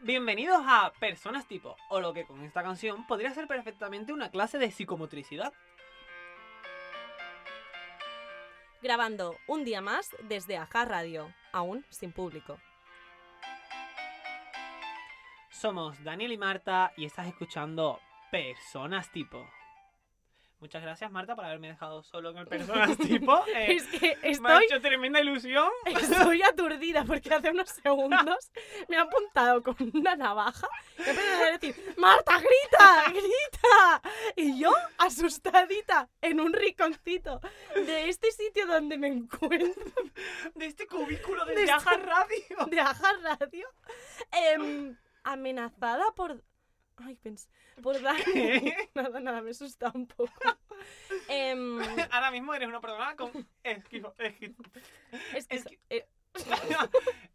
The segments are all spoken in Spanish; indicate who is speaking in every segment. Speaker 1: Bienvenidos a Personas Tipo, o lo que con esta canción podría ser perfectamente una clase de psicomotricidad.
Speaker 2: grabando un día más desde Aja Radio, aún sin público.
Speaker 1: Somos Daniel y Marta y estás escuchando Personas Tipo. Muchas gracias Marta por haberme dejado solo con el Personas Tipo. Eh,
Speaker 2: es que
Speaker 1: Me ha
Speaker 2: estoy,
Speaker 1: hecho tremenda ilusión.
Speaker 2: estoy aturdida porque hace unos segundos me han apuntado con una navaja y he empezado a decir, Marta, grita, grita. Y yo, asustadita, en un rinconcito de este sitio donde me encuentro,
Speaker 1: De este cubículo de
Speaker 2: De este-
Speaker 1: Yaja Radio.
Speaker 2: de Aja Radio, em, amenazada por... Ay, pensé, por dar...
Speaker 1: ¿Qué?
Speaker 2: Nada, nada, me asusta un poco. Em,
Speaker 1: Ahora mismo eres una persona con esquizo- esqui-
Speaker 2: es que
Speaker 1: Es
Speaker 2: so-
Speaker 1: que-
Speaker 2: eh,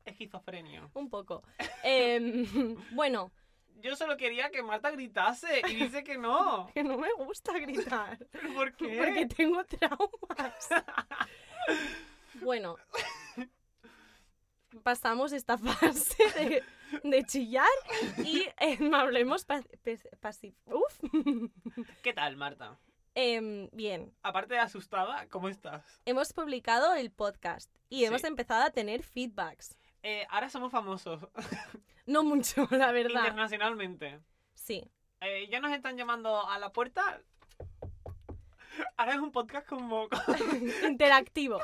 Speaker 1: esquizofrenia.
Speaker 2: un poco. Em, bueno,
Speaker 1: Yo solo quería que Marta gritase y dice que no.
Speaker 2: que no me gusta gritar.
Speaker 1: ¿Pero ¿Por qué?
Speaker 2: Porque tengo traumas. Bueno, pasamos esta fase de, de chillar y em, hablemos pa- pe- pasi- Uf.
Speaker 1: ¿Qué tal, Marta?
Speaker 2: Em, bien,
Speaker 1: Aparte de asustada, ¿cómo estás?
Speaker 2: hemos publicado el podcast y
Speaker 1: Sí.
Speaker 2: hemos empezado a tener feedbacks.
Speaker 1: Eh, ahora somos famosos
Speaker 2: No mucho, la verdad.
Speaker 1: internacionalmente.
Speaker 2: Sí.
Speaker 1: Eh, ya nos están llamando a la puerta. Ahora es un podcast como...
Speaker 2: Interactivo.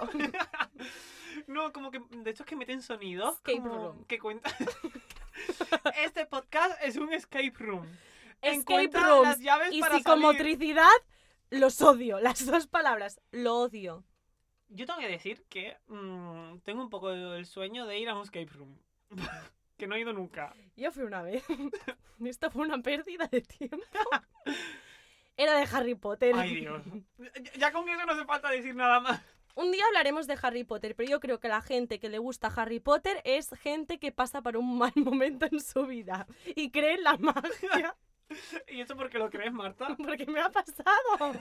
Speaker 1: No, como que... De estos que meten sonidos.
Speaker 2: Escape
Speaker 1: como
Speaker 2: room.
Speaker 1: Que cuentan... este podcast es un escape room.
Speaker 2: Escape
Speaker 1: Encuentra
Speaker 2: rooms.
Speaker 1: las llaves
Speaker 2: Y
Speaker 1: para salir.
Speaker 2: psicomotricidad, los odio. Las dos palabras, lo odio.
Speaker 1: Yo tengo que decir que mm, tengo un poco el sueño de ir a un escape room. que no he ido nunca.
Speaker 2: Yo fui una vez. Esto fue una pérdida de tiempo. Era de Harry Potter.
Speaker 1: Ay, Dios. Ya- Ya con eso no hace falta decir nada más.
Speaker 2: Un día hablaremos de Harry Potter, pero yo creo que la gente que le gusta Harry Potter es gente que pasa por un mal momento en su vida y cree en la magia,
Speaker 1: ¿Y esto porque lo crees, Marta?
Speaker 2: porque me ha pasado.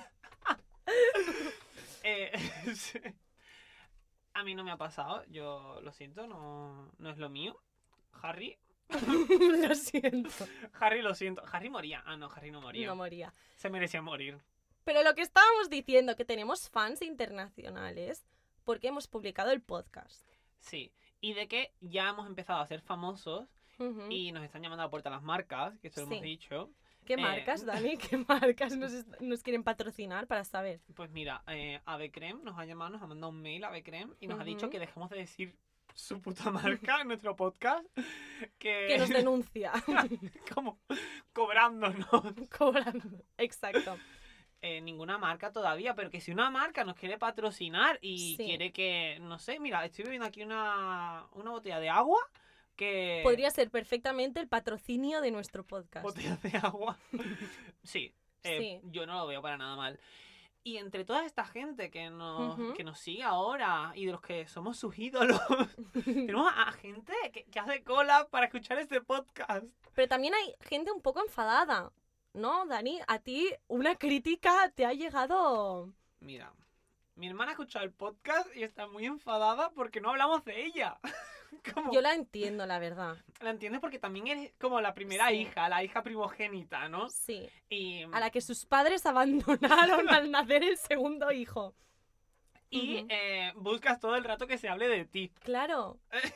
Speaker 1: Eh, sí. A mí no me ha pasado, yo lo siento, no, no es lo mío. Harry,
Speaker 2: Lo siento.
Speaker 1: Harry lo siento. Harry moría. Ah, no, Harry no moría.
Speaker 2: No moría.
Speaker 1: Se merecía morir.
Speaker 2: Pero lo que estábamos diciendo, que tenemos fans internacionales, porque hemos publicado el podcast.
Speaker 1: Sí. Y de que ya hemos empezado a ser famosos
Speaker 2: Ujú.
Speaker 1: y nos están llamando a la puerta las marcas, que eso lo hemos
Speaker 2: Mm. Sí.
Speaker 1: dicho.
Speaker 2: ¿Qué
Speaker 1: Eh,
Speaker 2: marcas, Dani? ¿Qué marcas nos, est- nos quieren patrocinar para saber?
Speaker 1: Pues mira, eh, Avecrem nos ha llamado, nos ha mandado un mail a Avecrem y nos ha dicho
Speaker 2: Ujú.
Speaker 1: que dejemos de decir su puta marca en nuestro podcast. Que,
Speaker 2: Que nos denuncia.
Speaker 1: como cobrándonos.
Speaker 2: Cobrando. Exacto.
Speaker 1: eh, ninguna marca todavía, pero que si una marca nos quiere patrocinar y
Speaker 2: Sí.
Speaker 1: quiere que, no sé, mira, estoy bebiendo aquí una, una botella de agua que...
Speaker 2: Podría ser perfectamente el patrocinio de nuestro podcast.
Speaker 1: Botella de agua. sí, eh,
Speaker 2: Sí.
Speaker 1: yo no lo veo para nada mal. Y entre toda esta gente que nos,
Speaker 2: Ujú.
Speaker 1: que nos sigue ahora y de los que somos sus ídolos, tenemos a gente que, que hace cola para escuchar este podcast.
Speaker 2: Pero también hay gente un poco enfadada. ¿No, Dani? A ti una crítica te ha llegado.
Speaker 1: Mira, mi hermana ha escuchado el podcast y está muy enfadada porque no hablamos de ella. Como-
Speaker 2: Yo la entiendo, la verdad.
Speaker 1: La entiendes porque también eres como la primera
Speaker 2: Sí.
Speaker 1: hija, la hija primogénita, ¿no?
Speaker 2: Sí.
Speaker 1: Y,
Speaker 2: A la que sus padres abandonaron al nacer el segundo hijo.
Speaker 1: y
Speaker 2: Ujú.
Speaker 1: eh, buscas todo el rato que se hable de ti,
Speaker 2: Claro.
Speaker 1: Eh.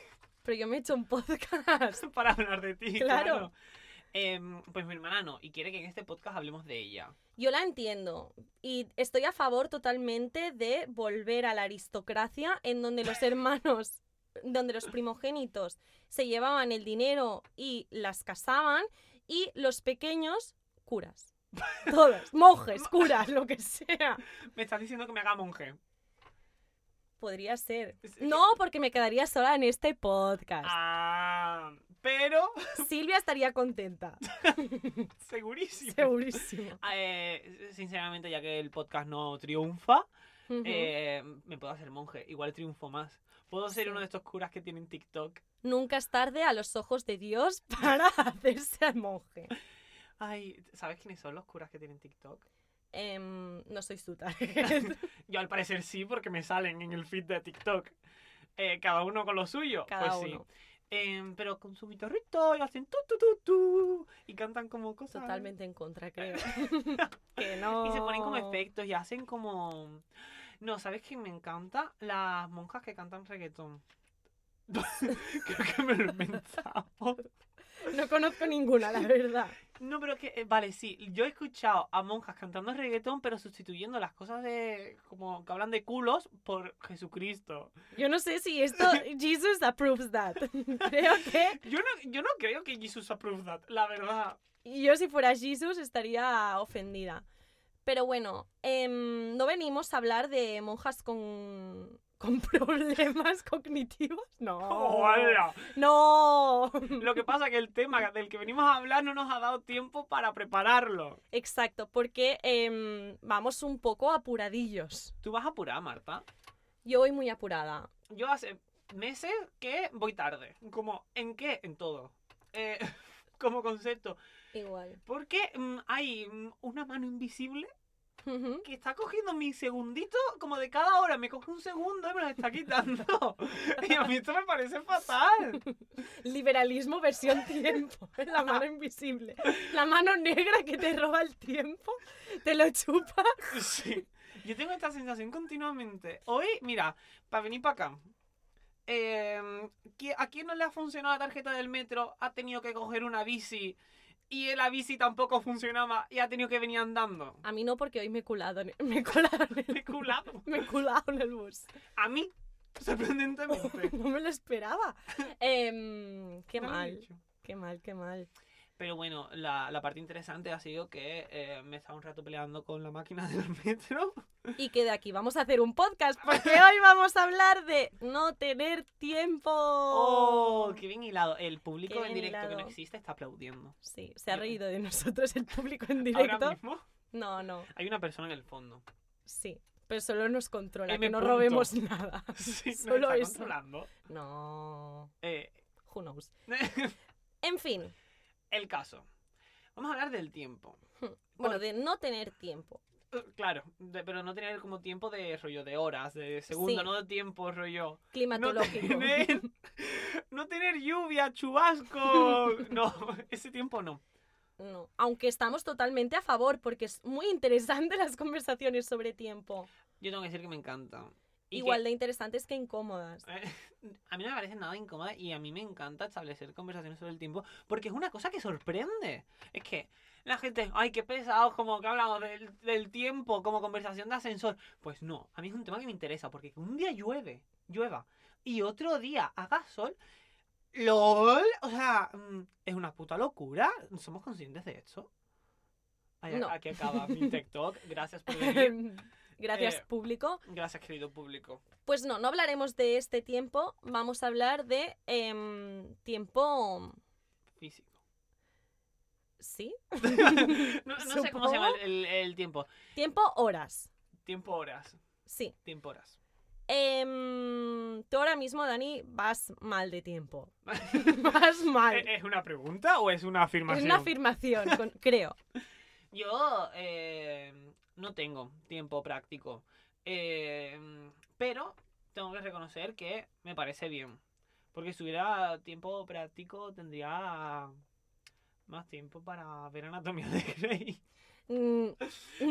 Speaker 2: Pero yo me he hecho un podcast.
Speaker 1: para hablar de ti. Claro.
Speaker 2: Claro.
Speaker 1: Em, pues mi hermana no, y quiere que en este podcast hablemos de ella.
Speaker 2: Yo la entiendo y estoy a favor totalmente de volver a la aristocracia en donde los hermanos, donde los primogénitos se llevaban el dinero y las casaban y los pequeños curas. Todos, monjes, curas, lo que sea.
Speaker 1: Me estás diciendo que me haga monje.
Speaker 2: Podría ser.
Speaker 1: Es que-
Speaker 2: No, porque me quedaría sola en este podcast.
Speaker 1: Ah, pero
Speaker 2: Silvia estaría contenta,
Speaker 1: segurísimo.
Speaker 2: segurísimo.
Speaker 1: Eh, sinceramente, ya que el podcast no triunfa,
Speaker 2: Ujú.
Speaker 1: eh, me puedo hacer monje. Igual triunfo más. Puedo ser
Speaker 2: Sí.
Speaker 1: uno de estos curas que tienen TikTok.
Speaker 2: Nunca es tarde a los ojos de Dios para hacerse monje.
Speaker 1: Ay, ¿sabes quiénes son los curas que tienen TikTok?
Speaker 2: Em, no soy su
Speaker 1: Yo al parecer sí, porque me salen en el feed de TikTok. Eh, cada uno con lo suyo.
Speaker 2: Cada
Speaker 1: pues
Speaker 2: uno.
Speaker 1: sí. em, pero con su guitarrito y hacen tu, tu, tu, tu, y cantan como cosas.
Speaker 2: Totalmente Oh. en contra, creo. que no.
Speaker 1: Pues, Y se ponen como efectos y hacen como... No, ¿sabes qué me encanta? Las monjas que cantan reggaetón. Creo que me lo he inventado.
Speaker 2: No conozco ninguna, la verdad.
Speaker 1: No, pero que, eh, vale, sí, yo he escuchado a monjas cantando reggaetón, pero sustituyendo las cosas de, como que hablan de culos por Jesucristo.
Speaker 2: Yo no sé si esto. Jesus approves that. creo que.
Speaker 1: Yo no, yo no creo que Jesus approve that, la verdad.
Speaker 2: Yo, si fuera Jesus, estaría ofendida. Pero bueno, em, no venimos a hablar de monjas con. con problemas cognitivos. No.
Speaker 1: ¡Hola!
Speaker 2: ¡No!
Speaker 1: Lo que pasa es que el tema del que venimos a hablar no nos ha dado tiempo para prepararlo.
Speaker 2: Exacto, porque em, vamos un poco apuradillos.
Speaker 1: Tú vas apurada, Marta.
Speaker 2: Yo voy muy apurada.
Speaker 1: Yo hace meses que voy tarde. Como, ¿en qué? En todo. Eh, como concepto.
Speaker 2: Igual.
Speaker 1: Porque mm, hay mm, una mano invisible que está cogiendo mi segundito, como de cada hora me coge un segundo y me lo está quitando. y a mí esto me parece fatal.
Speaker 2: Liberalismo versión tiempo. Es la mano invisible. La mano negra que te roba el tiempo, te lo chupa.
Speaker 1: Sí. Yo tengo esta sensación continuamente. Hoy, mira, para venir para acá. eh, ¿qui- ¿A quién no le ha funcionado la tarjeta del metro? Ha tenido que coger una bici y la bici tampoco funcionaba y ha tenido que venir andando.
Speaker 2: A mí no, porque hoy me he colado en el, me he colado en el,
Speaker 1: De culado.
Speaker 2: me he colado en el bus.
Speaker 1: A mí, sorprendentemente.
Speaker 2: No me lo esperaba. Em, qué
Speaker 1: No lo he
Speaker 2: mal,
Speaker 1: dicho.
Speaker 2: qué mal, qué mal.
Speaker 1: Pero bueno, la, la parte interesante ha sido que eh, me estaba un rato peleando con la máquina del metro.
Speaker 2: Y que de aquí vamos a hacer un podcast, porque hoy vamos a hablar de no tener tiempo.
Speaker 1: ¡Oh! ¡Qué bien hilado! El público
Speaker 2: Qué
Speaker 1: en
Speaker 2: bien
Speaker 1: directo que no
Speaker 2: hilado.
Speaker 1: existe está aplaudiendo.
Speaker 2: Sí, se ha reído de nosotros el público en directo.
Speaker 1: Ahora mismo
Speaker 2: No, no,
Speaker 1: hay una persona en el fondo.
Speaker 2: sí. Pero solo nos controla,
Speaker 1: M
Speaker 2: que no
Speaker 1: punto.
Speaker 2: robemos nada.
Speaker 1: Sí, nos
Speaker 2: Solo
Speaker 1: está
Speaker 2: eso.
Speaker 1: controlando.
Speaker 2: No.
Speaker 1: Eh,
Speaker 2: Who knows. En fin.
Speaker 1: el caso. Vamos a hablar del tiempo.
Speaker 2: Bueno,
Speaker 1: Bueno.
Speaker 2: de no tener tiempo.
Speaker 1: Eh, Claro, de- pero no tener como tiempo de rollo de horas, de segundo,
Speaker 2: Sí.
Speaker 1: no de tiempo rollo. No
Speaker 2: Climatológico.
Speaker 1: tener, no tener lluvia, chubasco. No, ese tiempo no.
Speaker 2: No. Aunque estamos totalmente a favor, porque es muy interesante las conversaciones sobre tiempo.
Speaker 1: Yo tengo que decir que me encanta. Y que-
Speaker 2: Igual de interesantes que incómodas.
Speaker 1: a mí no me parece nada incómoda y a mí me encanta establecer conversaciones sobre el tiempo porque es una cosa que sorprende. Es que la gente, ay, qué pesados, como que hablamos del, del tiempo, como conversación de ascensor. Pues no, a mí es un tema que me interesa porque que un día llueve, llueva, y otro día haga sol. LOL, o sea, mm, es una puta locura. ¿Somos conscientes de eso? Ay,
Speaker 2: No.
Speaker 1: Aquí acaba mi TikTok. Gracias por venir.
Speaker 2: Gracias,
Speaker 1: Eh,
Speaker 2: público.
Speaker 1: Gracias, querido público.
Speaker 2: Pues no, no hablaremos de este tiempo. Vamos a hablar de em, tiempo.
Speaker 1: Físico.
Speaker 2: ¿Sí?
Speaker 1: no, no sé cómo se llama
Speaker 2: Supongo.
Speaker 1: el, el- el tiempo.
Speaker 2: Tiempo horas.
Speaker 1: Tiempo horas.
Speaker 2: Sí.
Speaker 1: Tiempo horas.
Speaker 2: Em, tú ahora mismo, Dani, vas mal de tiempo. Vas mal.
Speaker 1: ¿E-, ¿Es una pregunta o es una
Speaker 2: Es
Speaker 1: afirmación?
Speaker 2: una afirmación, con- creo.
Speaker 1: Yo eh, no tengo tiempo práctico. Eh, pero tengo que reconocer que me parece bien. Porque si hubiera tiempo práctico tendría más tiempo para ver Anatomía de Grey.
Speaker 2: Mm,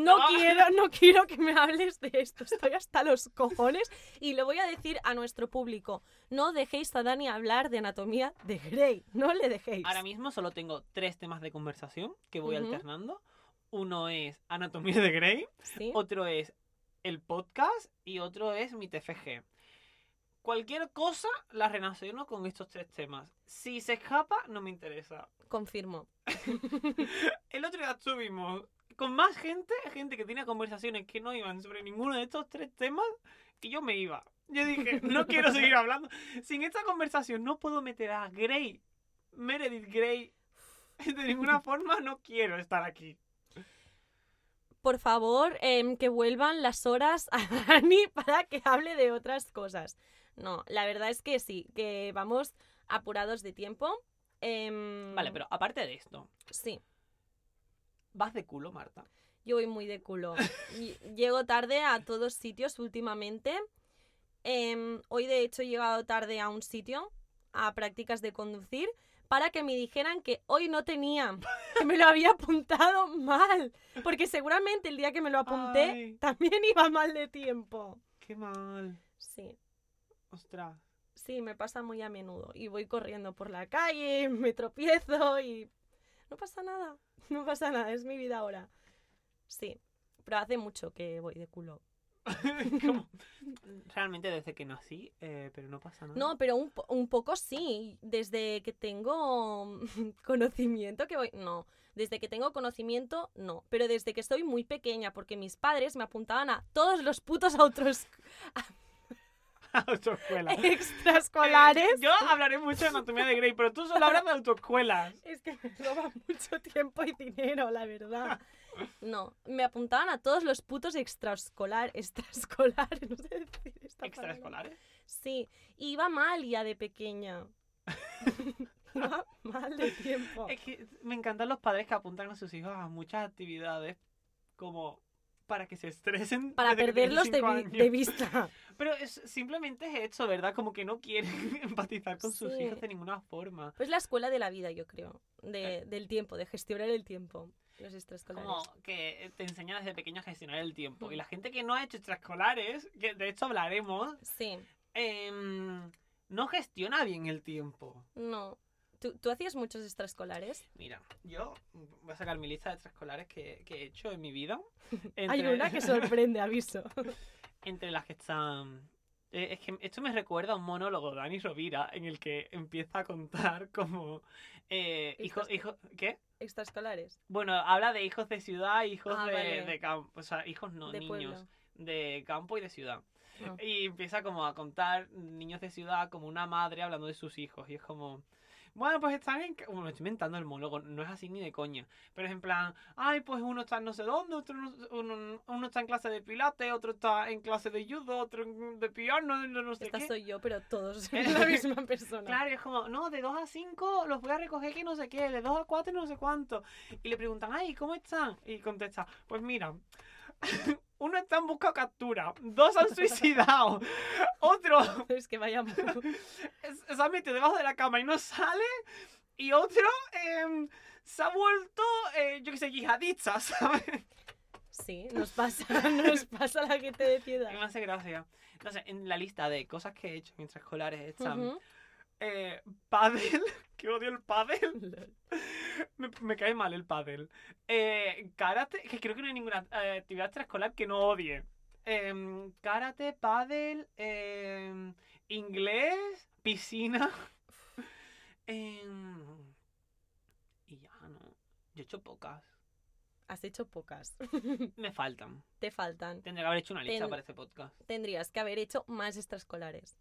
Speaker 2: No
Speaker 1: No.
Speaker 2: quiero, no quiero que me hables de esto. Estoy hasta los cojones y lo voy a decir a nuestro público. No dejéis a Dani hablar de anatomía de Grey. No le dejéis.
Speaker 1: Ahora mismo solo tengo tres temas de conversación que voy
Speaker 2: Ujú.
Speaker 1: alternando. Uno es Anatomía de Grey.
Speaker 2: ¿Sí?
Speaker 1: otro es el podcast y otro es mi TFG. Cualquier cosa la relaciono con estos tres temas. Si se escapa, no me interesa.
Speaker 2: Confirmo.
Speaker 1: El otro día estuvimos con más gente, gente que tenía conversaciones que no iban sobre ninguno de estos tres temas, y yo me iba. Yo dije, no quiero seguir hablando. Sin esta conversación no puedo meter a Grey, Meredith Grey. De ninguna forma no quiero estar aquí.
Speaker 2: Por favor, em, que vuelvan las horas a Dani para que hable de otras cosas. No, la verdad es que sí, que vamos apurados de tiempo. Em,
Speaker 1: Vale, pero aparte de esto,
Speaker 2: Sí.
Speaker 1: vas de culo, Marta.
Speaker 2: Yo voy muy de culo. Y Llego tarde a todos sitios últimamente. Em, hoy de hecho he llegado tarde a un sitio a prácticas de conducir para que me dijeran que hoy no tenía, que me lo había apuntado mal, porque seguramente el día que me lo apunté
Speaker 1: Ay.
Speaker 2: también iba mal de tiempo.
Speaker 1: Qué mal.
Speaker 2: Sí,
Speaker 1: Ostras.
Speaker 2: sí, me pasa muy a menudo y voy corriendo por la calle, me tropiezo y no pasa nada, no pasa nada, es mi vida ahora. Sí, pero hace mucho que voy de culo.
Speaker 1: Como- Realmente desde que nací, eh, pero no pasa nada.
Speaker 2: No, pero un, po- un poco sí. Desde que tengo conocimiento que voy. No. Desde que tengo conocimiento, no. Pero desde que soy muy pequeña, porque mis padres me apuntaban a todos los putos otros
Speaker 1: autoescuela. Eh,
Speaker 2: extraescolares.
Speaker 1: Yo hablaré mucho de anatomía de Grey, pero tú solo hablas de autoescuelas.
Speaker 2: Es que me roba mucho tiempo y dinero, la verdad. No, me apuntaban a todos los putos extraescolar, extraescolares, no sé decir esta palabra.
Speaker 1: ¿Extraescolares?
Speaker 2: Sí, y iba mal ya de pequeña. iba mal de tiempo.
Speaker 1: Es que me encantan los padres que apuntan a sus hijos a muchas actividades como para que se estresen.
Speaker 2: para
Speaker 1: desde que tienen
Speaker 2: perderlos de,
Speaker 1: cinco
Speaker 2: vi-
Speaker 1: años.
Speaker 2: de vista.
Speaker 1: Pero es, simplemente es eso, ¿verdad? Como que no quieren empatizar con sus
Speaker 2: Sí.
Speaker 1: hijos de ninguna forma.
Speaker 2: Pues la escuela de la vida, yo creo, de-
Speaker 1: Eh.
Speaker 2: del tiempo, de gestionar el tiempo, los extraescolares.
Speaker 1: Como que eh, te enseñan desde pequeño a gestionar el tiempo. Y
Speaker 2: Mm.
Speaker 1: la gente que no ha hecho extraescolares, que de hecho hablaremos,
Speaker 2: Sí,
Speaker 1: em, no gestiona bien el tiempo.
Speaker 2: no. ¿Tú, tú hacías muchos extraescolares?
Speaker 1: Mira, yo voy a sacar mi lista de extraescolares que, que he hecho en mi vida.
Speaker 2: Hay
Speaker 1: Entre-
Speaker 2: una que sorprende, aviso.
Speaker 1: entre las que están. Eh, Es que esto me recuerda a un monólogo de Dani Rovira en el que empieza a contar como. Eh, hijo,
Speaker 2: Hijos-
Speaker 1: hijo- ¿Qué?
Speaker 2: Extraescolares,
Speaker 1: Bueno, habla de hijos de ciudad, hijos
Speaker 2: Ah,
Speaker 1: de,
Speaker 2: vale.
Speaker 1: campo. O sea, hijos no,
Speaker 2: de
Speaker 1: niños.
Speaker 2: pueblo.
Speaker 1: De campo y de ciudad.
Speaker 2: Ah.
Speaker 1: Y empieza como a contar niños de ciudad como una madre hablando de sus hijos. Y es como. Bueno, pues están en. ca- Bueno, estoy inventando el monólogo, no es así ni de coña. Pero es en plan, ay, pues uno está en no sé dónde, otro no- uno, uno está en clase de pilates, otro está en clase de judo, otro en- de piano, no, no sé
Speaker 2: Esta
Speaker 1: qué.
Speaker 2: soy yo, pero todos son la misma persona.
Speaker 1: Claro, y es como, no, de 2 a 5 los voy a recoger que no sé qué, de 2 a 4 no sé cuánto. Y le preguntan, ay, ¿cómo están? Y contesta, pues mira, uno está en busca o captura, dos han suicidado, otro
Speaker 2: Es que vaya mu-
Speaker 1: es- se ha metido debajo de la cama y no sale, y otro em, se ha vuelto, eh, yo qué sé, yihadista, ¿sabes?
Speaker 2: Sí, nos pasa, nos pasa la gente de
Speaker 1: Y
Speaker 2: ciudad.
Speaker 1: me hace gracia. No sé, en la lista de cosas que he hecho mientras escolares están
Speaker 2: Ujú.
Speaker 1: eh, pádel, que odio el pádel.
Speaker 2: Lol.
Speaker 1: Me, me cae mal el pádel. Eh, karate, que creo que no hay ninguna eh, actividad extraescolar que no odie. Em, karate, pádel, em, inglés, piscina. Em, y ya, ¿no? Yo he hecho pocas.
Speaker 2: Has hecho pocas.
Speaker 1: Me faltan.
Speaker 2: Te faltan.
Speaker 1: Tendría que haber hecho una lista
Speaker 2: Ten-
Speaker 1: para este podcast.
Speaker 2: Tendrías que haber hecho más extraescolares.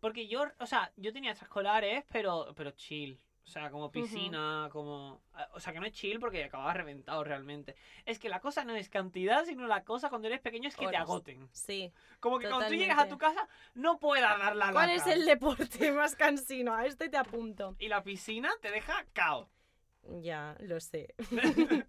Speaker 1: Porque yo, o sea, yo tenía extraescolares, pero, pero chill. O sea, como piscina, como... O sea, que no es chill porque acababas reventado realmente. Es que la cosa no es cantidad, sino la cosa cuando eres pequeño es que te
Speaker 2: Horas.
Speaker 1: agoten.
Speaker 2: Sí.
Speaker 1: Como que cuando tú llegas a tu casa, no puedas dar la
Speaker 2: ¿Cuál
Speaker 1: lata.
Speaker 2: es el deporte más cansino? A este te apunto.
Speaker 1: Y la piscina te deja caos.
Speaker 2: Ya, lo sé.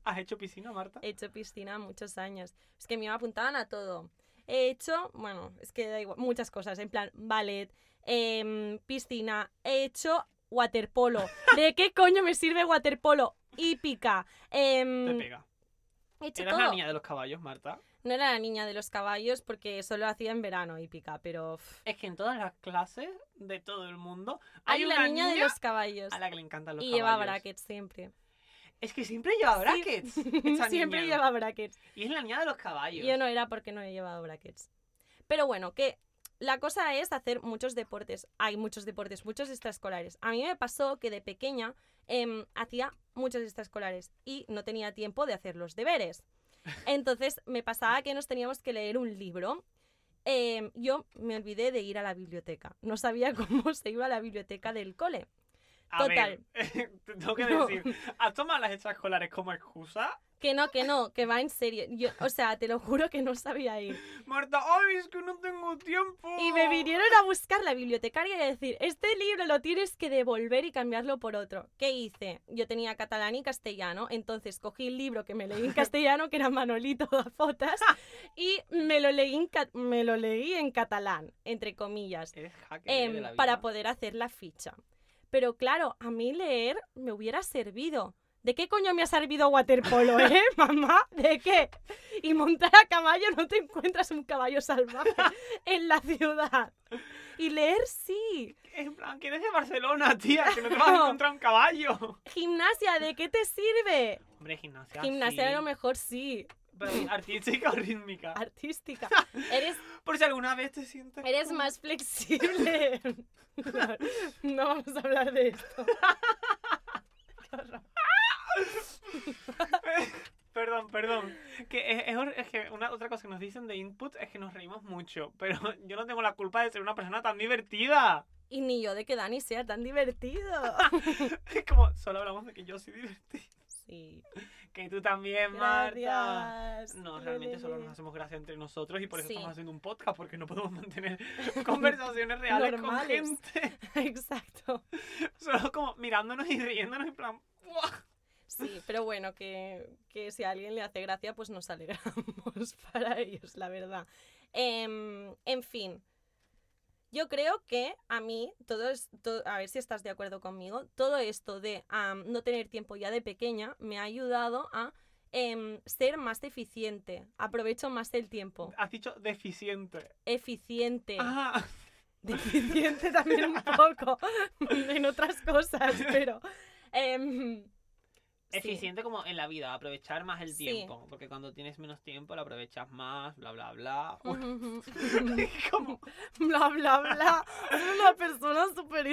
Speaker 1: ¿Has hecho piscina, Marta?
Speaker 2: He hecho piscina muchos años. Es que a mí me apuntaban a todo. He hecho, bueno, es que da igual, muchas cosas. En plan, ballet, em, piscina. He hecho waterpolo. ¿De qué coño me sirve waterpolo? Hípica. em,
Speaker 1: Te pega.
Speaker 2: he hecho
Speaker 1: Eras
Speaker 2: todo.
Speaker 1: la niña de los caballos, Marta.
Speaker 2: No era la niña de los caballos porque solo hacía en verano hípica, pero... pff,
Speaker 1: Es que en todas las clases de todo el mundo hay,
Speaker 2: hay
Speaker 1: una
Speaker 2: la niña, de los caballos.
Speaker 1: a la que le encantan los
Speaker 2: Y lleva
Speaker 1: caballos.
Speaker 2: brackets siempre.
Speaker 1: Es que siempre lleva
Speaker 2: Sí.
Speaker 1: brackets. esa
Speaker 2: siempre
Speaker 1: niña.
Speaker 2: lleva brackets.
Speaker 1: Y es la niña de los caballos.
Speaker 2: Yo no era porque no he llevado brackets. Pero bueno, que la cosa es hacer muchos deportes. Hay muchos deportes, muchos extraescolares. A mí me pasó que de pequeña em, hacía muchos extraescolares y no tenía tiempo de hacer los deberes. Entonces me pasaba que nos teníamos que leer un libro. Em, yo me olvidé de ir a la biblioteca. No sabía cómo se iba a la biblioteca del cole.
Speaker 1: A
Speaker 2: Total.
Speaker 1: ver, te tengo que
Speaker 2: No.
Speaker 1: decir, ¿has tomado las extraescolares como excusa?
Speaker 2: Que no, que no, que va en serio. Yo, o sea, te lo juro que no sabía ir.
Speaker 1: Marta, ay, es que no tengo tiempo.
Speaker 2: Y me vinieron a buscar la bibliotecaria y a decir, este libro lo tienes que devolver y cambiarlo por otro. ¿Qué hice? Yo tenía catalán y castellano, entonces cogí el libro que me leí en castellano, que era Manolito Gafotas, y me lo leí en, ca- me lo leí en catalán, entre comillas,
Speaker 1: Eres hacker
Speaker 2: em,
Speaker 1: de la vida.
Speaker 2: para poder hacer la ficha. Pero claro, a mí leer me hubiera servido. ¿De qué coño me ha servido waterpolo, eh, mamá? ¿De qué? Y montar a caballo no te encuentras un caballo salvaje en la ciudad. Y leer sí.
Speaker 1: En plan, que eres de Barcelona, tía, que no te vas a encontrar un caballo.
Speaker 2: Gimnasia, ¿de qué te sirve?
Speaker 1: Hombre, gimnasia.
Speaker 2: Gimnasia
Speaker 1: sí.
Speaker 2: a lo mejor sí.
Speaker 1: Pero artística o rítmica.
Speaker 2: Artística. Eres,
Speaker 1: Por si alguna vez te sientes.
Speaker 2: eres más flexible. No, no vamos a hablar de esto.
Speaker 1: Perdón, perdón. Que es, es hor- es que una otra cosa que nos dicen de input es que nos reímos mucho, pero yo no tengo la culpa de ser una persona tan divertida.
Speaker 2: Y ni yo de que Dani sea tan divertido.
Speaker 1: Es como, solo hablamos de que yo soy divertida.
Speaker 2: Sí.
Speaker 1: Que tú también, Marta.
Speaker 2: Gracias.
Speaker 1: No, realmente solo nos
Speaker 2: Lelele.
Speaker 1: hacemos gracia entre nosotros y por eso
Speaker 2: Sí.
Speaker 1: estamos haciendo un podcast, porque no podemos mantener conversaciones reales con
Speaker 2: Normales.
Speaker 1: gente.
Speaker 2: Exacto.
Speaker 1: Solo como mirándonos y riéndonos en plan, "Buah".
Speaker 2: Sí, pero bueno, que, que si a alguien le hace gracia, pues nos alegramos para ellos, la verdad. Em, en fin, yo creo que a mí, todo es, to- a ver si estás de acuerdo conmigo, todo esto de am, no tener tiempo ya de pequeña me ha ayudado a em, ser más eficiente, aprovecho más el tiempo,
Speaker 1: has dicho deficiente.
Speaker 2: eficiente,
Speaker 1: Ah,
Speaker 2: deficiente también un poco en otras cosas, pero... em, sí.
Speaker 1: Eficiente como en la vida, aprovechar más el
Speaker 2: Sí.
Speaker 1: tiempo, porque cuando tienes menos tiempo lo aprovechas más, bla, bla, bla. Uy,
Speaker 2: Ujú, ujú.
Speaker 1: es como,
Speaker 2: bla bla bla. Soy una persona súper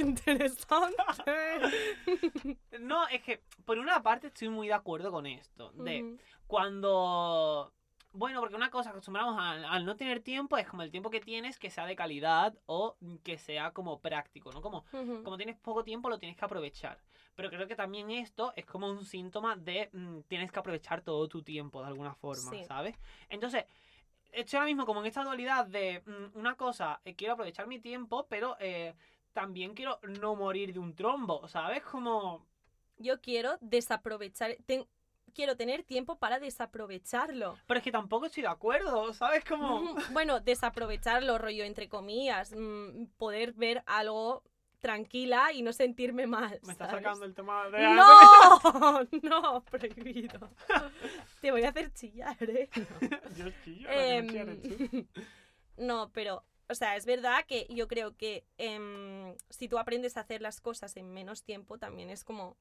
Speaker 2: interesante.
Speaker 1: no, es que por una parte estoy muy de acuerdo con esto, de cuando... Bueno, porque una cosa acostumbramos al, al no tener tiempo es como el tiempo que tienes que sea de calidad o que sea como práctico, ¿no? Como como tienes poco tiempo lo tienes que aprovechar. Pero creo que también esto es como un síntoma de mm, tienes que aprovechar todo tu tiempo de alguna forma,
Speaker 2: Sí.
Speaker 1: ¿sabes? Entonces, estoy ahora mismo como en esta dualidad de mm, una cosa, eh, quiero aprovechar mi tiempo, pero eh, también quiero no morir de un trombo, ¿sabes? Como...
Speaker 2: Yo quiero desaprovechar. ten- quiero tener tiempo para desaprovecharlo.
Speaker 1: Pero es que tampoco estoy de acuerdo, ¿sabes? Como...
Speaker 2: Ujú. Bueno, desaprovecharlo, rollo entre comillas. mm, poder ver algo tranquila y no sentirme mal.
Speaker 1: Me está
Speaker 2: ¿sabes?
Speaker 1: sacando el tema de...
Speaker 2: ¡No! No, prohibido. Te voy a hacer chillar, ¿eh?
Speaker 1: Yo chillo, lo que me quieres, tú.
Speaker 2: Em, no, pero, o sea, es verdad que yo creo que em, si tú aprendes a hacer las cosas en menos tiempo, también es como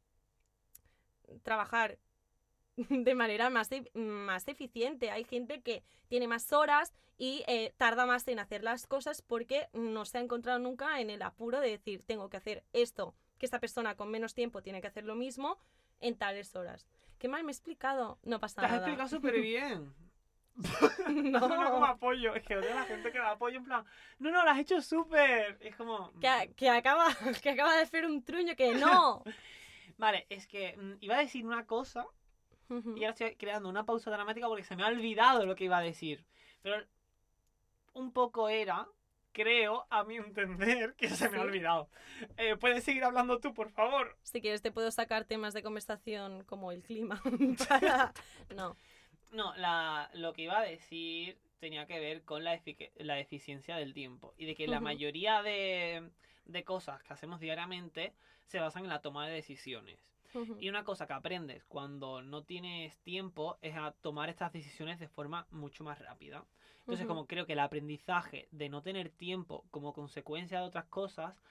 Speaker 2: trabajar de manera más, e- más eficiente. Hay gente que tiene más horas y eh, tarda más en hacer las cosas porque no se ha encontrado nunca en el apuro de decir, tengo que hacer esto, que esta persona con menos tiempo tiene que hacer lo mismo en tales horas. Qué mal me he explicado. No pasa
Speaker 1: Te has
Speaker 2: nada.
Speaker 1: explicado súper bien.
Speaker 2: No.
Speaker 1: No. como apoyo. Es que odio a la gente que da apoyo en plan, no, no, lo has hecho súper. Es como... mm,
Speaker 2: Que, a- que acaba, que acaba de hacer un truño que no.
Speaker 1: Vale, es que mm, iba a decir una cosa
Speaker 2: Ujú.
Speaker 1: y ahora estoy creando una pausa dramática porque se me ha olvidado lo que iba a decir. Pero un poco era, creo, a mi entender, que se me ha
Speaker 2: Sí.
Speaker 1: olvidado. Eh, ¿Puedes seguir hablando tú, por favor?
Speaker 2: Si quieres te puedo sacar temas de conversación como el clima. para- No.
Speaker 1: No, la, lo que iba a decir tenía que ver con la, efic- la eficiencia del tiempo y de que la
Speaker 2: Ujú.
Speaker 1: mayoría de, de cosas que hacemos diariamente se basan en la toma de decisiones.
Speaker 2: Ujú.
Speaker 1: Y una cosa que aprendes cuando no tienes tiempo es a tomar estas decisiones de forma mucho más rápida. Entonces,
Speaker 2: Ujú.
Speaker 1: como creo que el aprendizaje de no tener tiempo como consecuencia de otras cosas,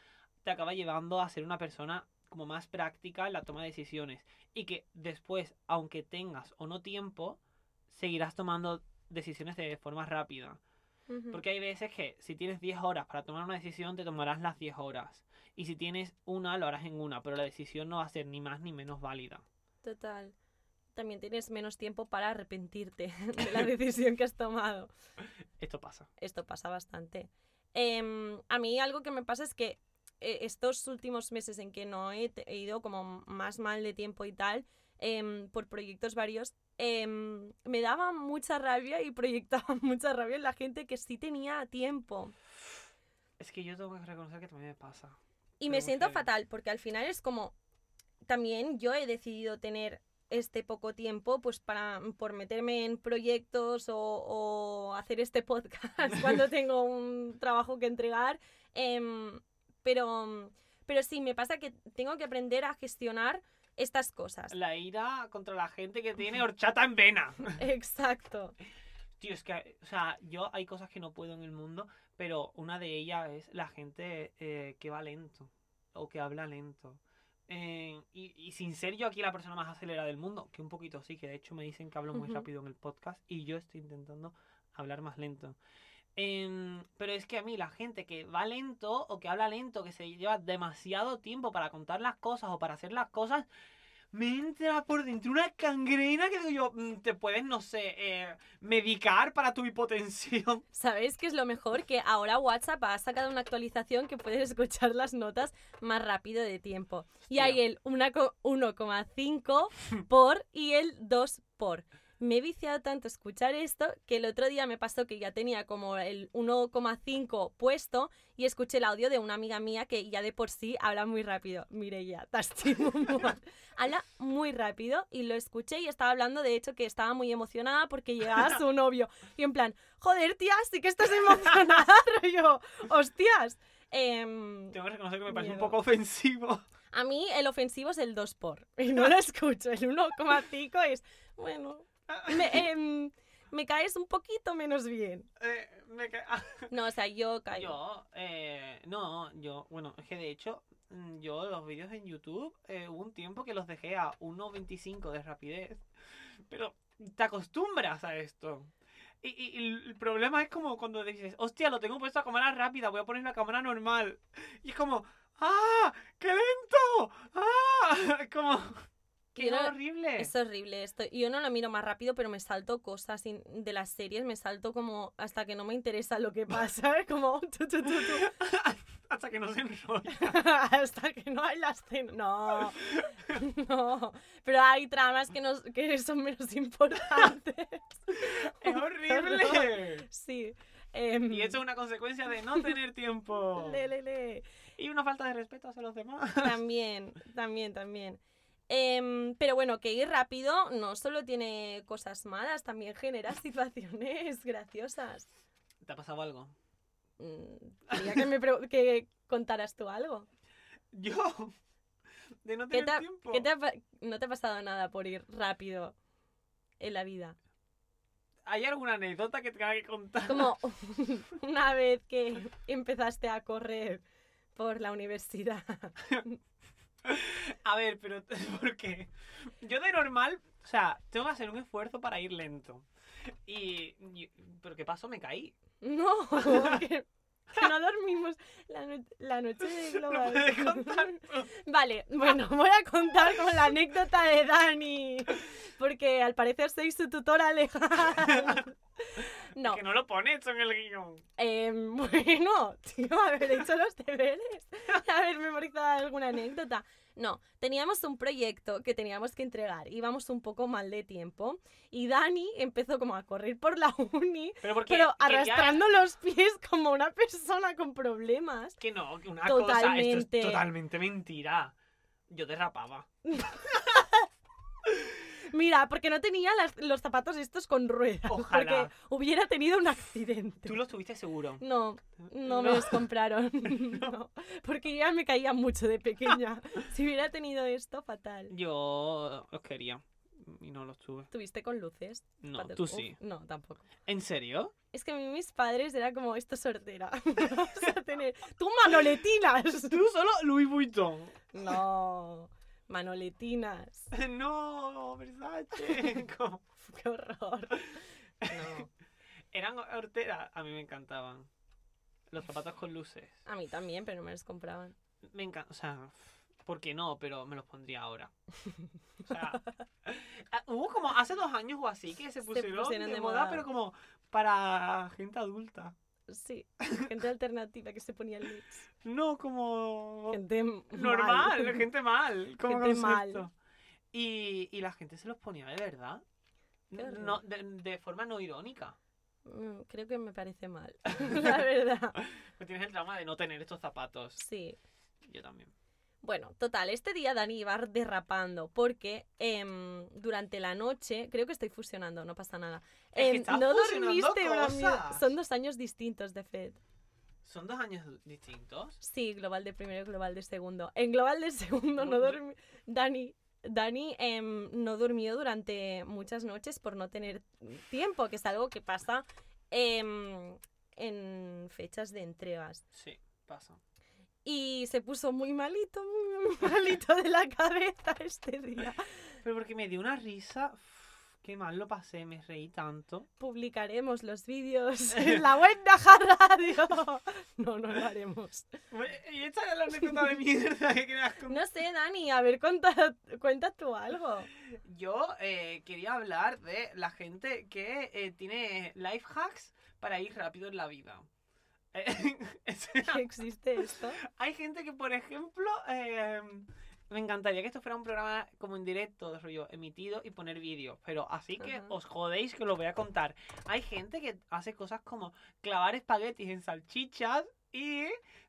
Speaker 1: te acaba llevando a ser una persona como más práctica en la toma de decisiones. Y que después, aunque tengas o no tiempo, seguirás tomando decisiones de forma rápida.
Speaker 2: Ujú.
Speaker 1: Porque hay veces que si tienes 10 horas para tomar una decisión, te tomarás las 10 horas. Y si tienes una, lo harás en una, pero la decisión no va a ser ni más ni menos válida.
Speaker 2: Total. También tienes menos tiempo para arrepentirte de la decisión que has tomado.
Speaker 1: Esto pasa.
Speaker 2: Esto pasa bastante. Em, a mí algo que me pasa es que eh, estos últimos meses en que no he, te- he ido como más mal de tiempo y tal, em, por proyectos varios, em, me daba mucha rabia y proyectaba mucha rabia en la gente que sí tenía tiempo.
Speaker 1: Es que yo tengo que reconocer que también me pasa.
Speaker 2: Y me
Speaker 1: Pero
Speaker 2: siento
Speaker 1: heavy.
Speaker 2: fatal porque al final es como, también yo he decidido tener este poco tiempo pues para por meterme en proyectos o, o hacer este podcast cuando tengo un trabajo que entregar. Em, pero, pero sí, me pasa que tengo que aprender a gestionar estas cosas.
Speaker 1: La ira contra la gente que tiene horchata en vena.
Speaker 2: Exacto.
Speaker 1: Tío, es que, o sea, yo hay cosas que no puedo en el mundo, pero una de ellas es la gente eh, que va lento o que habla lento. Eh, y, y sin ser yo aquí la persona más acelerada del mundo, que un poquito sí, que de hecho me dicen que hablo muy
Speaker 2: Ujú.
Speaker 1: rápido en el podcast y yo estoy intentando hablar más lento. Em, pero es que a mí la gente que va lento o que habla lento, que se lleva demasiado tiempo para contar las cosas o para hacer las cosas, me entra por dentro una cangrena que digo yo, "Mm, te puedes, no sé, eh, medicar para tu hipotensión.
Speaker 2: ¿Sabéis qué es lo mejor? Que ahora WhatsApp ha sacado una actualización que puedes escuchar las notas más rápido de tiempo. Y
Speaker 1: Hostia.
Speaker 2: hay el una co- 1,5 por y el 2 por. Me he viciado tanto a escuchar esto que el otro día me pasó que ya tenía como el 1,5 puesto y escuché el audio de una amiga mía que ya de por sí habla muy rápido. Mireia, tastimo Habla muy rápido y lo escuché y estaba hablando de hecho que estaba muy emocionada porque llegaba su novio. Y en plan, joder, tía, sí que estás emocionada, rollo. Hostias. Em,
Speaker 1: Tengo que reconocer que me parece un
Speaker 2: Miedo.
Speaker 1: poco ofensivo.
Speaker 2: a mí el ofensivo es el 2 por. Y no lo escucho. El 1,5 es, bueno, me, em, me caes un poquito menos bien.
Speaker 1: Eh, me ca- ah,
Speaker 2: No, o sea, yo caigo.
Speaker 1: yo, eh, no, yo, bueno, es que de hecho, mm, yo los vídeos en YouTube, eh, hubo un tiempo que los dejé a 1.25 de rapidez. Pero te acostumbras a esto. Y, y- y el problema es como cuando dices, hostia, lo tengo puesto a cámara rápida, voy a poner la cámara normal. Y es como, ¡ah! ¡Qué lento! ¡ah! Como, ¡qué
Speaker 2: Yo no-
Speaker 1: horrible!
Speaker 2: Es horrible esto. Yo no lo miro más rápido, pero me salto cosas in- de las series, me salto como hasta que no me interesa lo que pasa, como tu, tu, tu, tu.
Speaker 1: Hasta que no se enrolla.
Speaker 2: hasta que no hay la escena. No, no. Pero hay tramas que, nos, que son menos importantes.
Speaker 1: ¡Es horrible!
Speaker 2: Sí. em,
Speaker 1: Y eso es una consecuencia de no tener tiempo.
Speaker 2: le, le, le.
Speaker 1: Y una falta de respeto hacia los demás.
Speaker 2: También, también, también. Em, pero bueno, que ir rápido no solo tiene cosas malas, también genera situaciones graciosas.
Speaker 1: ¿Te ha pasado algo?
Speaker 2: Mm, Quería que me pre- que contaras tú algo.
Speaker 1: Yo. De no
Speaker 2: ¿Qué
Speaker 1: tener
Speaker 2: te ha-
Speaker 1: tiempo.
Speaker 2: qué te ha pa- no te ha pasado nada por ir rápido en la vida?
Speaker 1: ¿Hay alguna anécdota que tenga que contar?
Speaker 2: Como una vez que empezaste a correr por la universidad.
Speaker 1: A ver, pero ¿por qué? Yo de normal, o sea, tengo que hacer un esfuerzo para ir lento. Y, y- pero ¿qué pasó? Me caí.
Speaker 2: No, que, que no dormimos la, no- la noche de
Speaker 1: ¿Lo
Speaker 2: global.
Speaker 1: puedes contar? tú?
Speaker 2: Vale, bueno, voy a contar con la anécdota de Dani, porque al parecer soy su tutora legal. No,
Speaker 1: Que no lo pones eso en el guión.
Speaker 2: eh, bueno, tío, haber hecho los deberes, haber memorizado alguna anécdota. No, teníamos un proyecto que teníamos que entregar, íbamos un poco mal de tiempo y Dani empezó como a correr por la uni,
Speaker 1: Pero porque
Speaker 2: pero
Speaker 1: quería-
Speaker 2: arrastrando los pies como una persona con problemas.
Speaker 1: Que no, que una cosa, esto
Speaker 2: Totalmente.
Speaker 1: es totalmente mentira. Yo derrapaba.
Speaker 2: Mira, porque no tenía las- los zapatos estos con ruedas,
Speaker 1: Ojalá.
Speaker 2: porque hubiera tenido un accidente.
Speaker 1: Tú lo estuviste seguro.
Speaker 2: No, no, me los compraron. no, porque yo ya me caía mucho de pequeña. si hubiera tenido esto, fatal.
Speaker 1: Yo los quería y no los tuve.
Speaker 2: ¿Tuviste con luces?
Speaker 1: No,
Speaker 2: Patas-
Speaker 1: tú
Speaker 2: Uf,
Speaker 1: sí.
Speaker 2: No, tampoco.
Speaker 1: ¿En serio?
Speaker 2: Es que a mí mis padres era como, esto es sortera. Vamos a tener... ¡Tú manoletinas!
Speaker 1: Tú solo Louis Vuitton.
Speaker 2: no, manoletinas.
Speaker 1: No, Versace. Como-
Speaker 2: Qué horror. No,
Speaker 1: Eran horteras. A mí me encantaban. Los zapatos con luces.
Speaker 2: a mí también, pero no me los compraban.
Speaker 1: Me encanta. O sea, ¿por qué no? Pero me los pondría ahora. O sea, ah, hubo como hace dos años o así que se pusieron,
Speaker 2: pusieron
Speaker 1: de,
Speaker 2: de
Speaker 1: moda,
Speaker 2: moda.
Speaker 1: pero como para gente adulta.
Speaker 2: Sí, gente alternativa que se ponía leaks.
Speaker 1: No, como.
Speaker 2: Gente
Speaker 1: normal,
Speaker 2: mal.
Speaker 1: gente mal. Como
Speaker 2: Gente mal.
Speaker 1: concepto. Y, y la gente se los ponía de verdad.
Speaker 2: Qué horror.
Speaker 1: no, de, de forma no irónica.
Speaker 2: Mm, Creo que me parece mal, la verdad.
Speaker 1: Pues tienes el trauma de no tener estos zapatos.
Speaker 2: Sí.
Speaker 1: Yo también.
Speaker 2: Bueno, total, este día Dani iba derrapando porque em, durante la noche, creo que estoy fusionando, no pasa nada.
Speaker 1: Es que
Speaker 2: Em,
Speaker 1: estás
Speaker 2: no
Speaker 1: fusionando
Speaker 2: dormiste una mierda.
Speaker 1: cosas.
Speaker 2: Son dos años distintos de FED.
Speaker 1: ¿Son dos años distintos?
Speaker 2: Sí, global de primero y global de segundo. En global de segundo
Speaker 1: Bueno.
Speaker 2: no dormí. Dani, Dani em, no durmió durante muchas noches por no tener tiempo, que es algo que pasa em, en fechas de entregas.
Speaker 1: Sí, pasa.
Speaker 2: Y se puso muy malito, muy, muy malito de la cabeza este día.
Speaker 1: Pero porque me dio una risa. uf, Qué mal lo pasé, me reí tanto.
Speaker 2: Publicaremos los vídeos en la web Naja Radio. No, no lo haremos.
Speaker 1: Y esta era la anécdota de mierda que querías contar.
Speaker 2: No sé, Dani, a ver, cuenta, cuenta tú algo.
Speaker 1: Yo eh, quería hablar de la gente que eh, tiene life hacks para ir rápido en la vida. Eh, o sea,
Speaker 2: ¿Existe esto?
Speaker 1: hay gente que, por ejemplo, eh, me encantaría que esto fuera un programa como en directo, rollo, emitido y poner vídeo. Pero así que
Speaker 2: Ajá.
Speaker 1: os jodéis que lo voy a contar. Hay gente que hace cosas como clavar espaguetis en salchichas y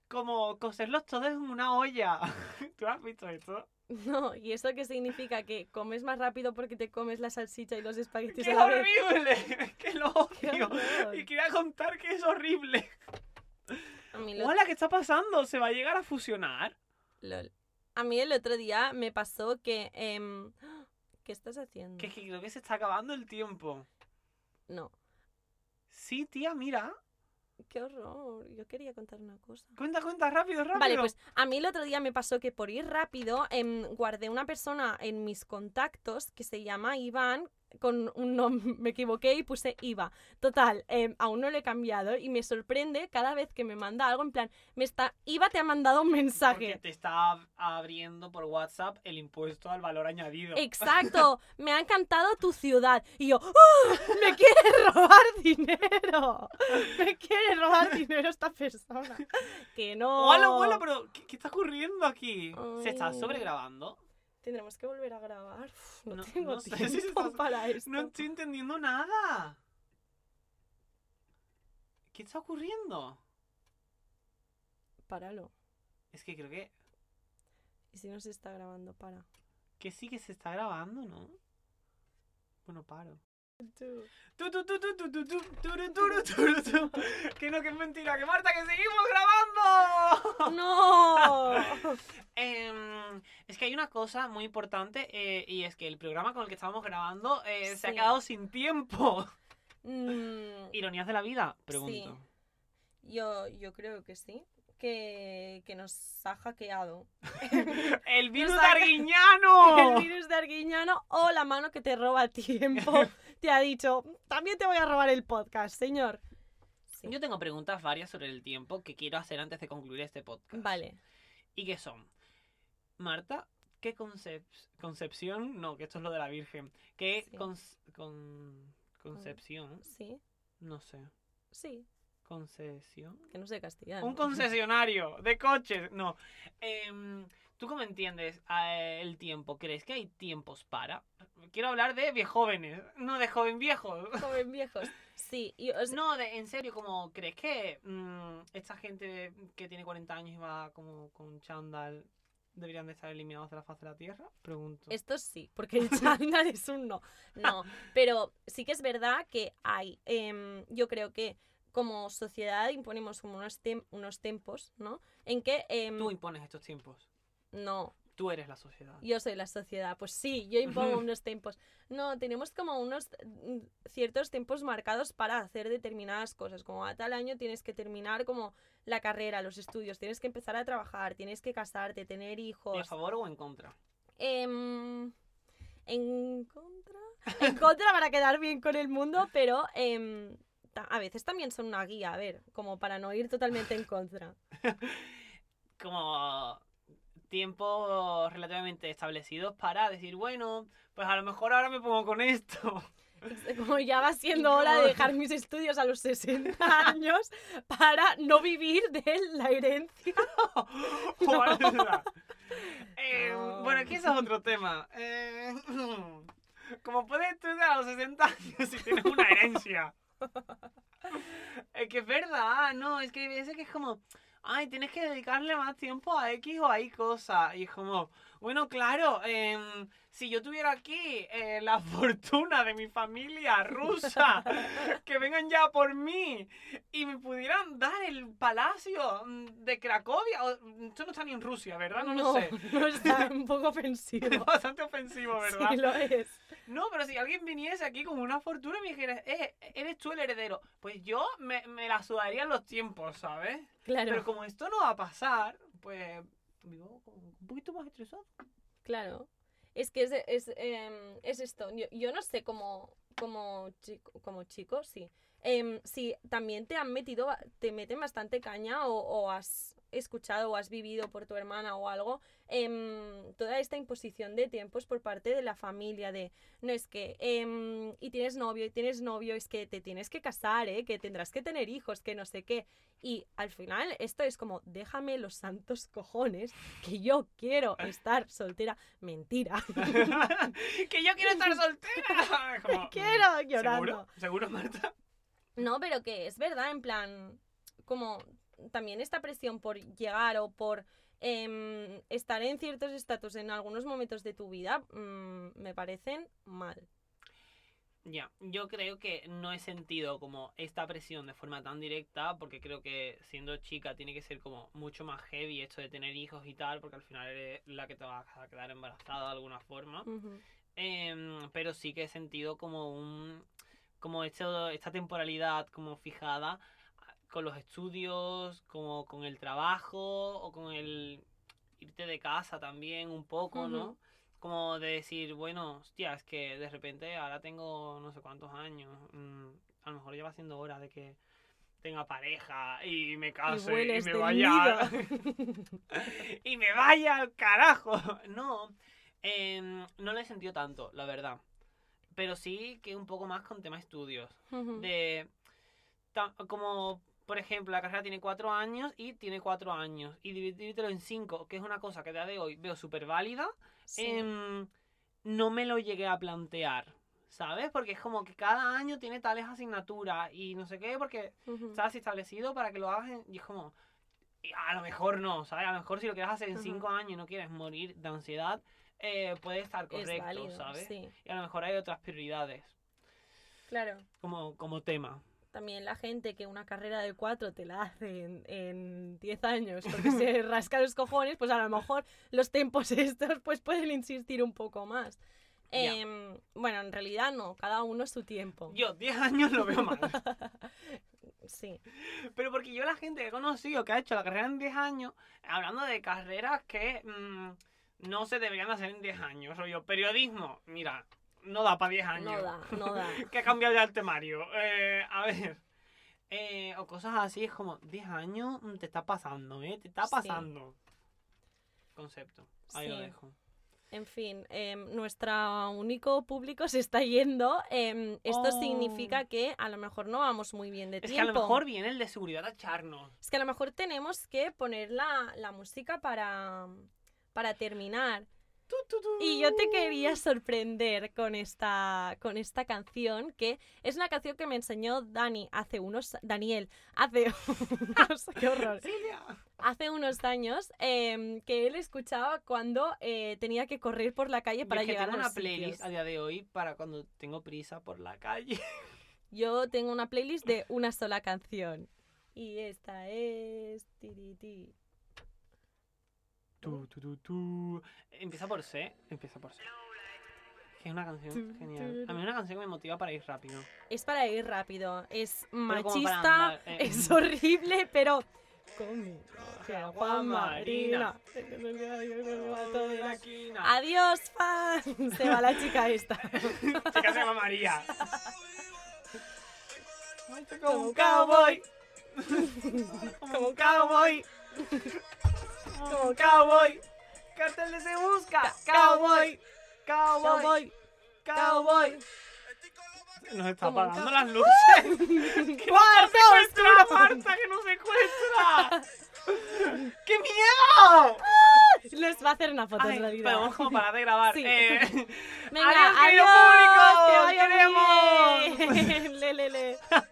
Speaker 1: como coserlos todos en una olla. ¿Tú has visto esto?
Speaker 2: No, ¿y eso qué significa? ¿Que comes más rápido porque te comes la salsicha y los espaguetis
Speaker 1: ¡Qué
Speaker 2: a la vez?
Speaker 1: horrible! ¡Qué lo
Speaker 2: ¡Qué
Speaker 1: odio!
Speaker 2: horror!
Speaker 1: Y quería contar que es horrible.
Speaker 2: A mí, lo-
Speaker 1: Hola, ¿qué está pasando? ¿Se va a llegar a fusionar?
Speaker 2: lol. A mí el otro día me pasó que... em, ¿Qué estás haciendo?
Speaker 1: Que es que creo que se está acabando el tiempo.
Speaker 2: No,
Speaker 1: Sí, tía, mira.
Speaker 2: qué horror. Yo quería contar una cosa.
Speaker 1: Cuenta, cuenta, rápido, rápido.
Speaker 2: Vale, pues a mí el otro día me pasó que por ir rápido em, guardé una persona en mis contactos que se llama Iván con un nombre, me equivoqué y puse Iva. Total, em, aún no lo he cambiado y me sorprende cada vez que me manda algo en plan, me está, Iva te ha mandado un
Speaker 1: Porque
Speaker 2: mensaje.
Speaker 1: te está ab- abriendo por WhatsApp el impuesto al valor añadido.
Speaker 2: Exacto, me ha encantado tu ciudad. Y yo, ¡ah! me quiere robar dinero. Me quiere robar dinero esta persona. Que no.
Speaker 1: Hola, abuela, pero ¿qué, qué está ocurriendo aquí? ¿Se está
Speaker 2: Ay.
Speaker 1: sobregrabando?
Speaker 2: Tendremos que volver a grabar. Uf, no,
Speaker 1: No-
Speaker 2: tengo
Speaker 1: no sé
Speaker 2: tiempo
Speaker 1: si estás-
Speaker 2: para esto.
Speaker 1: No estoy entendiendo nada. ¿Qué está ocurriendo?
Speaker 2: Páralo.
Speaker 1: Es que creo que,
Speaker 2: Y si no se está grabando, para.
Speaker 1: que sí que se está grabando, ¿no? Bueno, paro. Tu, tu, tu, tu, tu, tu, tu, turu, turu, turu, tu. Que no, que es mentira, que Marta, que seguimos grabando.
Speaker 2: ¡Oh, ¡No!
Speaker 1: Em, es que hay una cosa muy importante eh, y es que el programa con el que estábamos grabando eh, se ha
Speaker 2: Sí.
Speaker 1: quedado sin tiempo.
Speaker 2: Mm,
Speaker 1: ¿Ironías de la vida? Pregunto.
Speaker 2: yo, yo creo que sí. Que, que nos ha hackeado.
Speaker 1: ¡El virus
Speaker 2: Nos ha-
Speaker 1: arguiñano!
Speaker 2: El virus de Arguiñano o la mano que te roba tiempo. te ha dicho, también te voy a robar el podcast, señor. Sí.
Speaker 1: Yo tengo preguntas varias sobre el tiempo que quiero hacer antes de concluir este podcast.
Speaker 2: Vale.
Speaker 1: ¿Y qué son? Marta, ¿qué concep- concepción? No, que esto es lo de la Virgen. ¿Qué
Speaker 2: Sí.
Speaker 1: cons- con- concepción?
Speaker 2: Sí,
Speaker 1: No sé.
Speaker 2: sí.
Speaker 1: ¿Concesión?
Speaker 2: Que no sé castellano.
Speaker 1: Un concesionario de coches. No. Em, ¿Tú cómo entiendes eh, el tiempo? ¿Crees que hay tiempos para? Quiero hablar de viejóvenes, no de joven viejos.
Speaker 2: Joven viejos. Sí, y, o sea,
Speaker 1: No, de- en serio, como crees que mm, esta gente que tiene 40 años y va como con chándal deberían de estar eliminados de la faz de la Tierra? Pregunto.
Speaker 2: Esto sí, porque el chándal es un no. No, pero sí que es verdad que hay. em, yo creo que como sociedad imponemos como unos, tem- unos tiempos, ¿no? En que. em,
Speaker 1: Tú impones estos tiempos.
Speaker 2: no,
Speaker 1: Tú eres la sociedad.
Speaker 2: yo soy la sociedad. Pues sí, yo impongo unos tiempos. No, tenemos como unos mm, ciertos tiempos marcados para hacer determinadas cosas. Como a tal año tienes que terminar como la carrera, los estudios, tienes que empezar a trabajar, tienes que casarte, tener
Speaker 1: ¿A
Speaker 2: hijos.
Speaker 1: favor o en contra?
Speaker 2: em, en contra. En contra para quedar bien con el mundo, pero em, ta- a veces también son una guía, a ver, como para no ir totalmente en contra.
Speaker 1: como tiempos relativamente establecidos para decir, bueno, pues a lo mejor ahora me pongo con esto.
Speaker 2: Como ya va siendo hora de dejar mis estudios a los 60 años para no vivir de la herencia.
Speaker 1: Guarda. Eh,
Speaker 2: No.
Speaker 1: Bueno, es que ese es otro tema. Eh, Como podés estudiar a los 60 años y tienes una herencia. es que es verdad, no, es que es que es como, ay, tienes que dedicarle más tiempo a X o a Y cosa. Y es como, bueno, claro, em, si yo tuviera aquí eh, la fortuna de mi familia rusa, que vengan ya por mí y me pudieran dar el palacio mm, de Cracovia. o- mm, Esto no está ni en Rusia, ¿verdad? No, lo sé.
Speaker 2: no está un poco ofensivo.
Speaker 1: Es bastante ofensivo, ¿verdad?
Speaker 2: Sí, lo es.
Speaker 1: No, pero si alguien viniese aquí con una fortuna y me dijera, eh, eres tú el heredero, pues yo me, me la sudaría en los tiempos, ¿sabes?
Speaker 2: Claro,
Speaker 1: Pero como esto no va a pasar, pues vivo como un poquito más estresado.
Speaker 2: claro. Es que es, es, em, es esto. Yo, yo no sé cómo, como chico, como chico, sí. Em, si también te han metido, ba- te meten bastante caña o, o has escuchado o has vivido por tu hermana o algo, em, toda esta imposición de tiempos por parte de la familia de, no es que, em, y tienes novio, y tienes novio, es que te tienes que casar, ¿eh? que tendrás que tener hijos, que no sé qué. Y al final esto es como, déjame los santos cojones, que yo quiero estar soltera. Mentira,
Speaker 1: que yo quiero estar soltera. Es como, mm,
Speaker 2: quiero llorando.
Speaker 1: ¿Seguro? ¿Seguro, Marta?
Speaker 2: No, pero que es verdad, en plan, como también esta presión por llegar o por em, estar en ciertos estatus en algunos momentos de tu vida mm, me parecen mal.
Speaker 1: Ya, yo creo que no he sentido como esta presión de forma tan directa, porque creo que siendo chica tiene que ser como mucho más heavy esto de tener hijos y tal, porque al final eres la que te vas a quedar embarazada de alguna forma.
Speaker 2: Ujú.
Speaker 1: Em, pero sí que he sentido como un como esto- esta temporalidad como fijada a- con los estudios, como con el trabajo o con el irte de casa también un poco, ¿no?
Speaker 2: Ujú.
Speaker 1: Como de decir, bueno, hostia, es que de repente ahora tengo no sé cuántos años, mm, a lo mejor ya va siendo hora de que tenga pareja y me
Speaker 2: y
Speaker 1: case Ah, y,
Speaker 2: vueles
Speaker 1: me
Speaker 2: del
Speaker 1: vaya
Speaker 2: nido.
Speaker 1: y me vaya al carajo. No, em, no le he sentido tanto, la verdad. Pero sí que un poco más con tema estudios.
Speaker 2: Ujú.
Speaker 1: De ta- como, por ejemplo, la carrera tiene cuatro años y tiene cuatro años. Y dividírtelo en cinco, que es una cosa que a día de hoy veo súper válida.
Speaker 2: Sí.
Speaker 1: em, no me lo llegué a plantear. ¿Sabes? Porque es como que cada año tiene tales asignaturas y no sé qué, porque
Speaker 2: Ujú.
Speaker 1: ¿sabes? Establecido para que lo hagas en- y es como, y a lo mejor no, ¿sabes? A lo mejor si lo quieres hacer en
Speaker 2: Ajá.
Speaker 1: cinco años y no quieres morir de ansiedad, eh, puede estar
Speaker 2: Es
Speaker 1: correcto,
Speaker 2: válido,
Speaker 1: ¿sabes?
Speaker 2: sí.
Speaker 1: Y a lo mejor hay otras prioridades
Speaker 2: Claro.
Speaker 1: como, como tema.
Speaker 2: También la gente que una carrera de cuatro te la hace en- en 10 años porque se rasca los cojones, pues a lo mejor los tiempos estos pues pueden insistir un poco más.
Speaker 1: Ya.
Speaker 2: Em, bueno, en realidad no, cada uno su tiempo.
Speaker 1: Yo, 10 años lo veo mal.
Speaker 2: Sí.
Speaker 1: Pero porque yo la gente que he conocido que ha hecho la carrera en 10 años, hablando de carreras que mm, no se deberían hacer en 10 años, o yo, periodismo, mira, no da para 10 años.
Speaker 2: No da, no da.
Speaker 1: que ha cambiado ya el temario. Eh, a ver. Eh, o cosas así, es como 10 años mm, te está pasando, ¿eh? Te está
Speaker 2: Sí.
Speaker 1: pasando. Concepto. Ahí lo
Speaker 2: Sí.
Speaker 1: dejo.
Speaker 2: En fin, em, nuestro único público se está yendo. em, esto
Speaker 1: Oh.
Speaker 2: significa que a lo mejor no vamos muy bien de
Speaker 1: Es que a
Speaker 2: tiempo.
Speaker 1: lo mejor viene el de seguridad a echarnos.
Speaker 2: Es que a lo mejor tenemos que poner la, la música para, para terminar.
Speaker 1: Tu, tu, tu.
Speaker 2: Y yo te quería sorprender con esta, con esta canción, que es una canción que me enseñó Dani hace unos... Daniel, hace unos... ¡Qué horror!
Speaker 1: Silvia.
Speaker 2: Hace unos años em, que él escuchaba cuando eh, tenía que correr por la calle
Speaker 1: Yo
Speaker 2: para
Speaker 1: es que
Speaker 2: llegar
Speaker 1: tengo
Speaker 2: a
Speaker 1: una
Speaker 2: los sitios.
Speaker 1: playlist a día de hoy para cuando tengo prisa por la calle.
Speaker 2: Yo tengo una playlist de una sola canción. Y esta es... tiriti.
Speaker 1: Tu, tu, tu, tu. Empieza por C. Empieza por C. Que es una canción
Speaker 2: Tu,
Speaker 1: genial.
Speaker 2: tu,
Speaker 1: A mí es una canción que me motiva para ir rápido.
Speaker 2: Es para ir rápido, es
Speaker 1: Pero como para
Speaker 2: machista,
Speaker 1: andar, eh.
Speaker 2: es horrible, pero... Conmigo, que
Speaker 1: agua
Speaker 2: agua
Speaker 1: marina.
Speaker 2: marina.
Speaker 1: Alto de la esquina.
Speaker 2: Adiós, fan. Se va la chica esta.
Speaker 1: Chica se llama María.
Speaker 2: Como un cowboy.
Speaker 1: Como un cowboy. Como un cowboy. Cartel de se busca.
Speaker 2: Cowboy.
Speaker 1: Cowboy. Cowboy.
Speaker 2: Cowboy.
Speaker 1: Nos está
Speaker 2: Como un
Speaker 1: apagando
Speaker 2: cow-
Speaker 1: las luces. ¡Que
Speaker 2: Marta,
Speaker 1: nos secuestra,
Speaker 2: oscuro!
Speaker 1: Marta! ¡Que nos secuestra! ¡Qué miedo!
Speaker 2: Lo les va a hacer una foto
Speaker 1: Ay,
Speaker 2: en realidad.
Speaker 1: podemos como parar de grabar.
Speaker 2: Sí.
Speaker 1: Eh,
Speaker 2: Venga,
Speaker 1: adiós, querido
Speaker 2: adiós,
Speaker 1: público,
Speaker 2: que vaya
Speaker 1: queremos.
Speaker 2: bien. Le, le, le.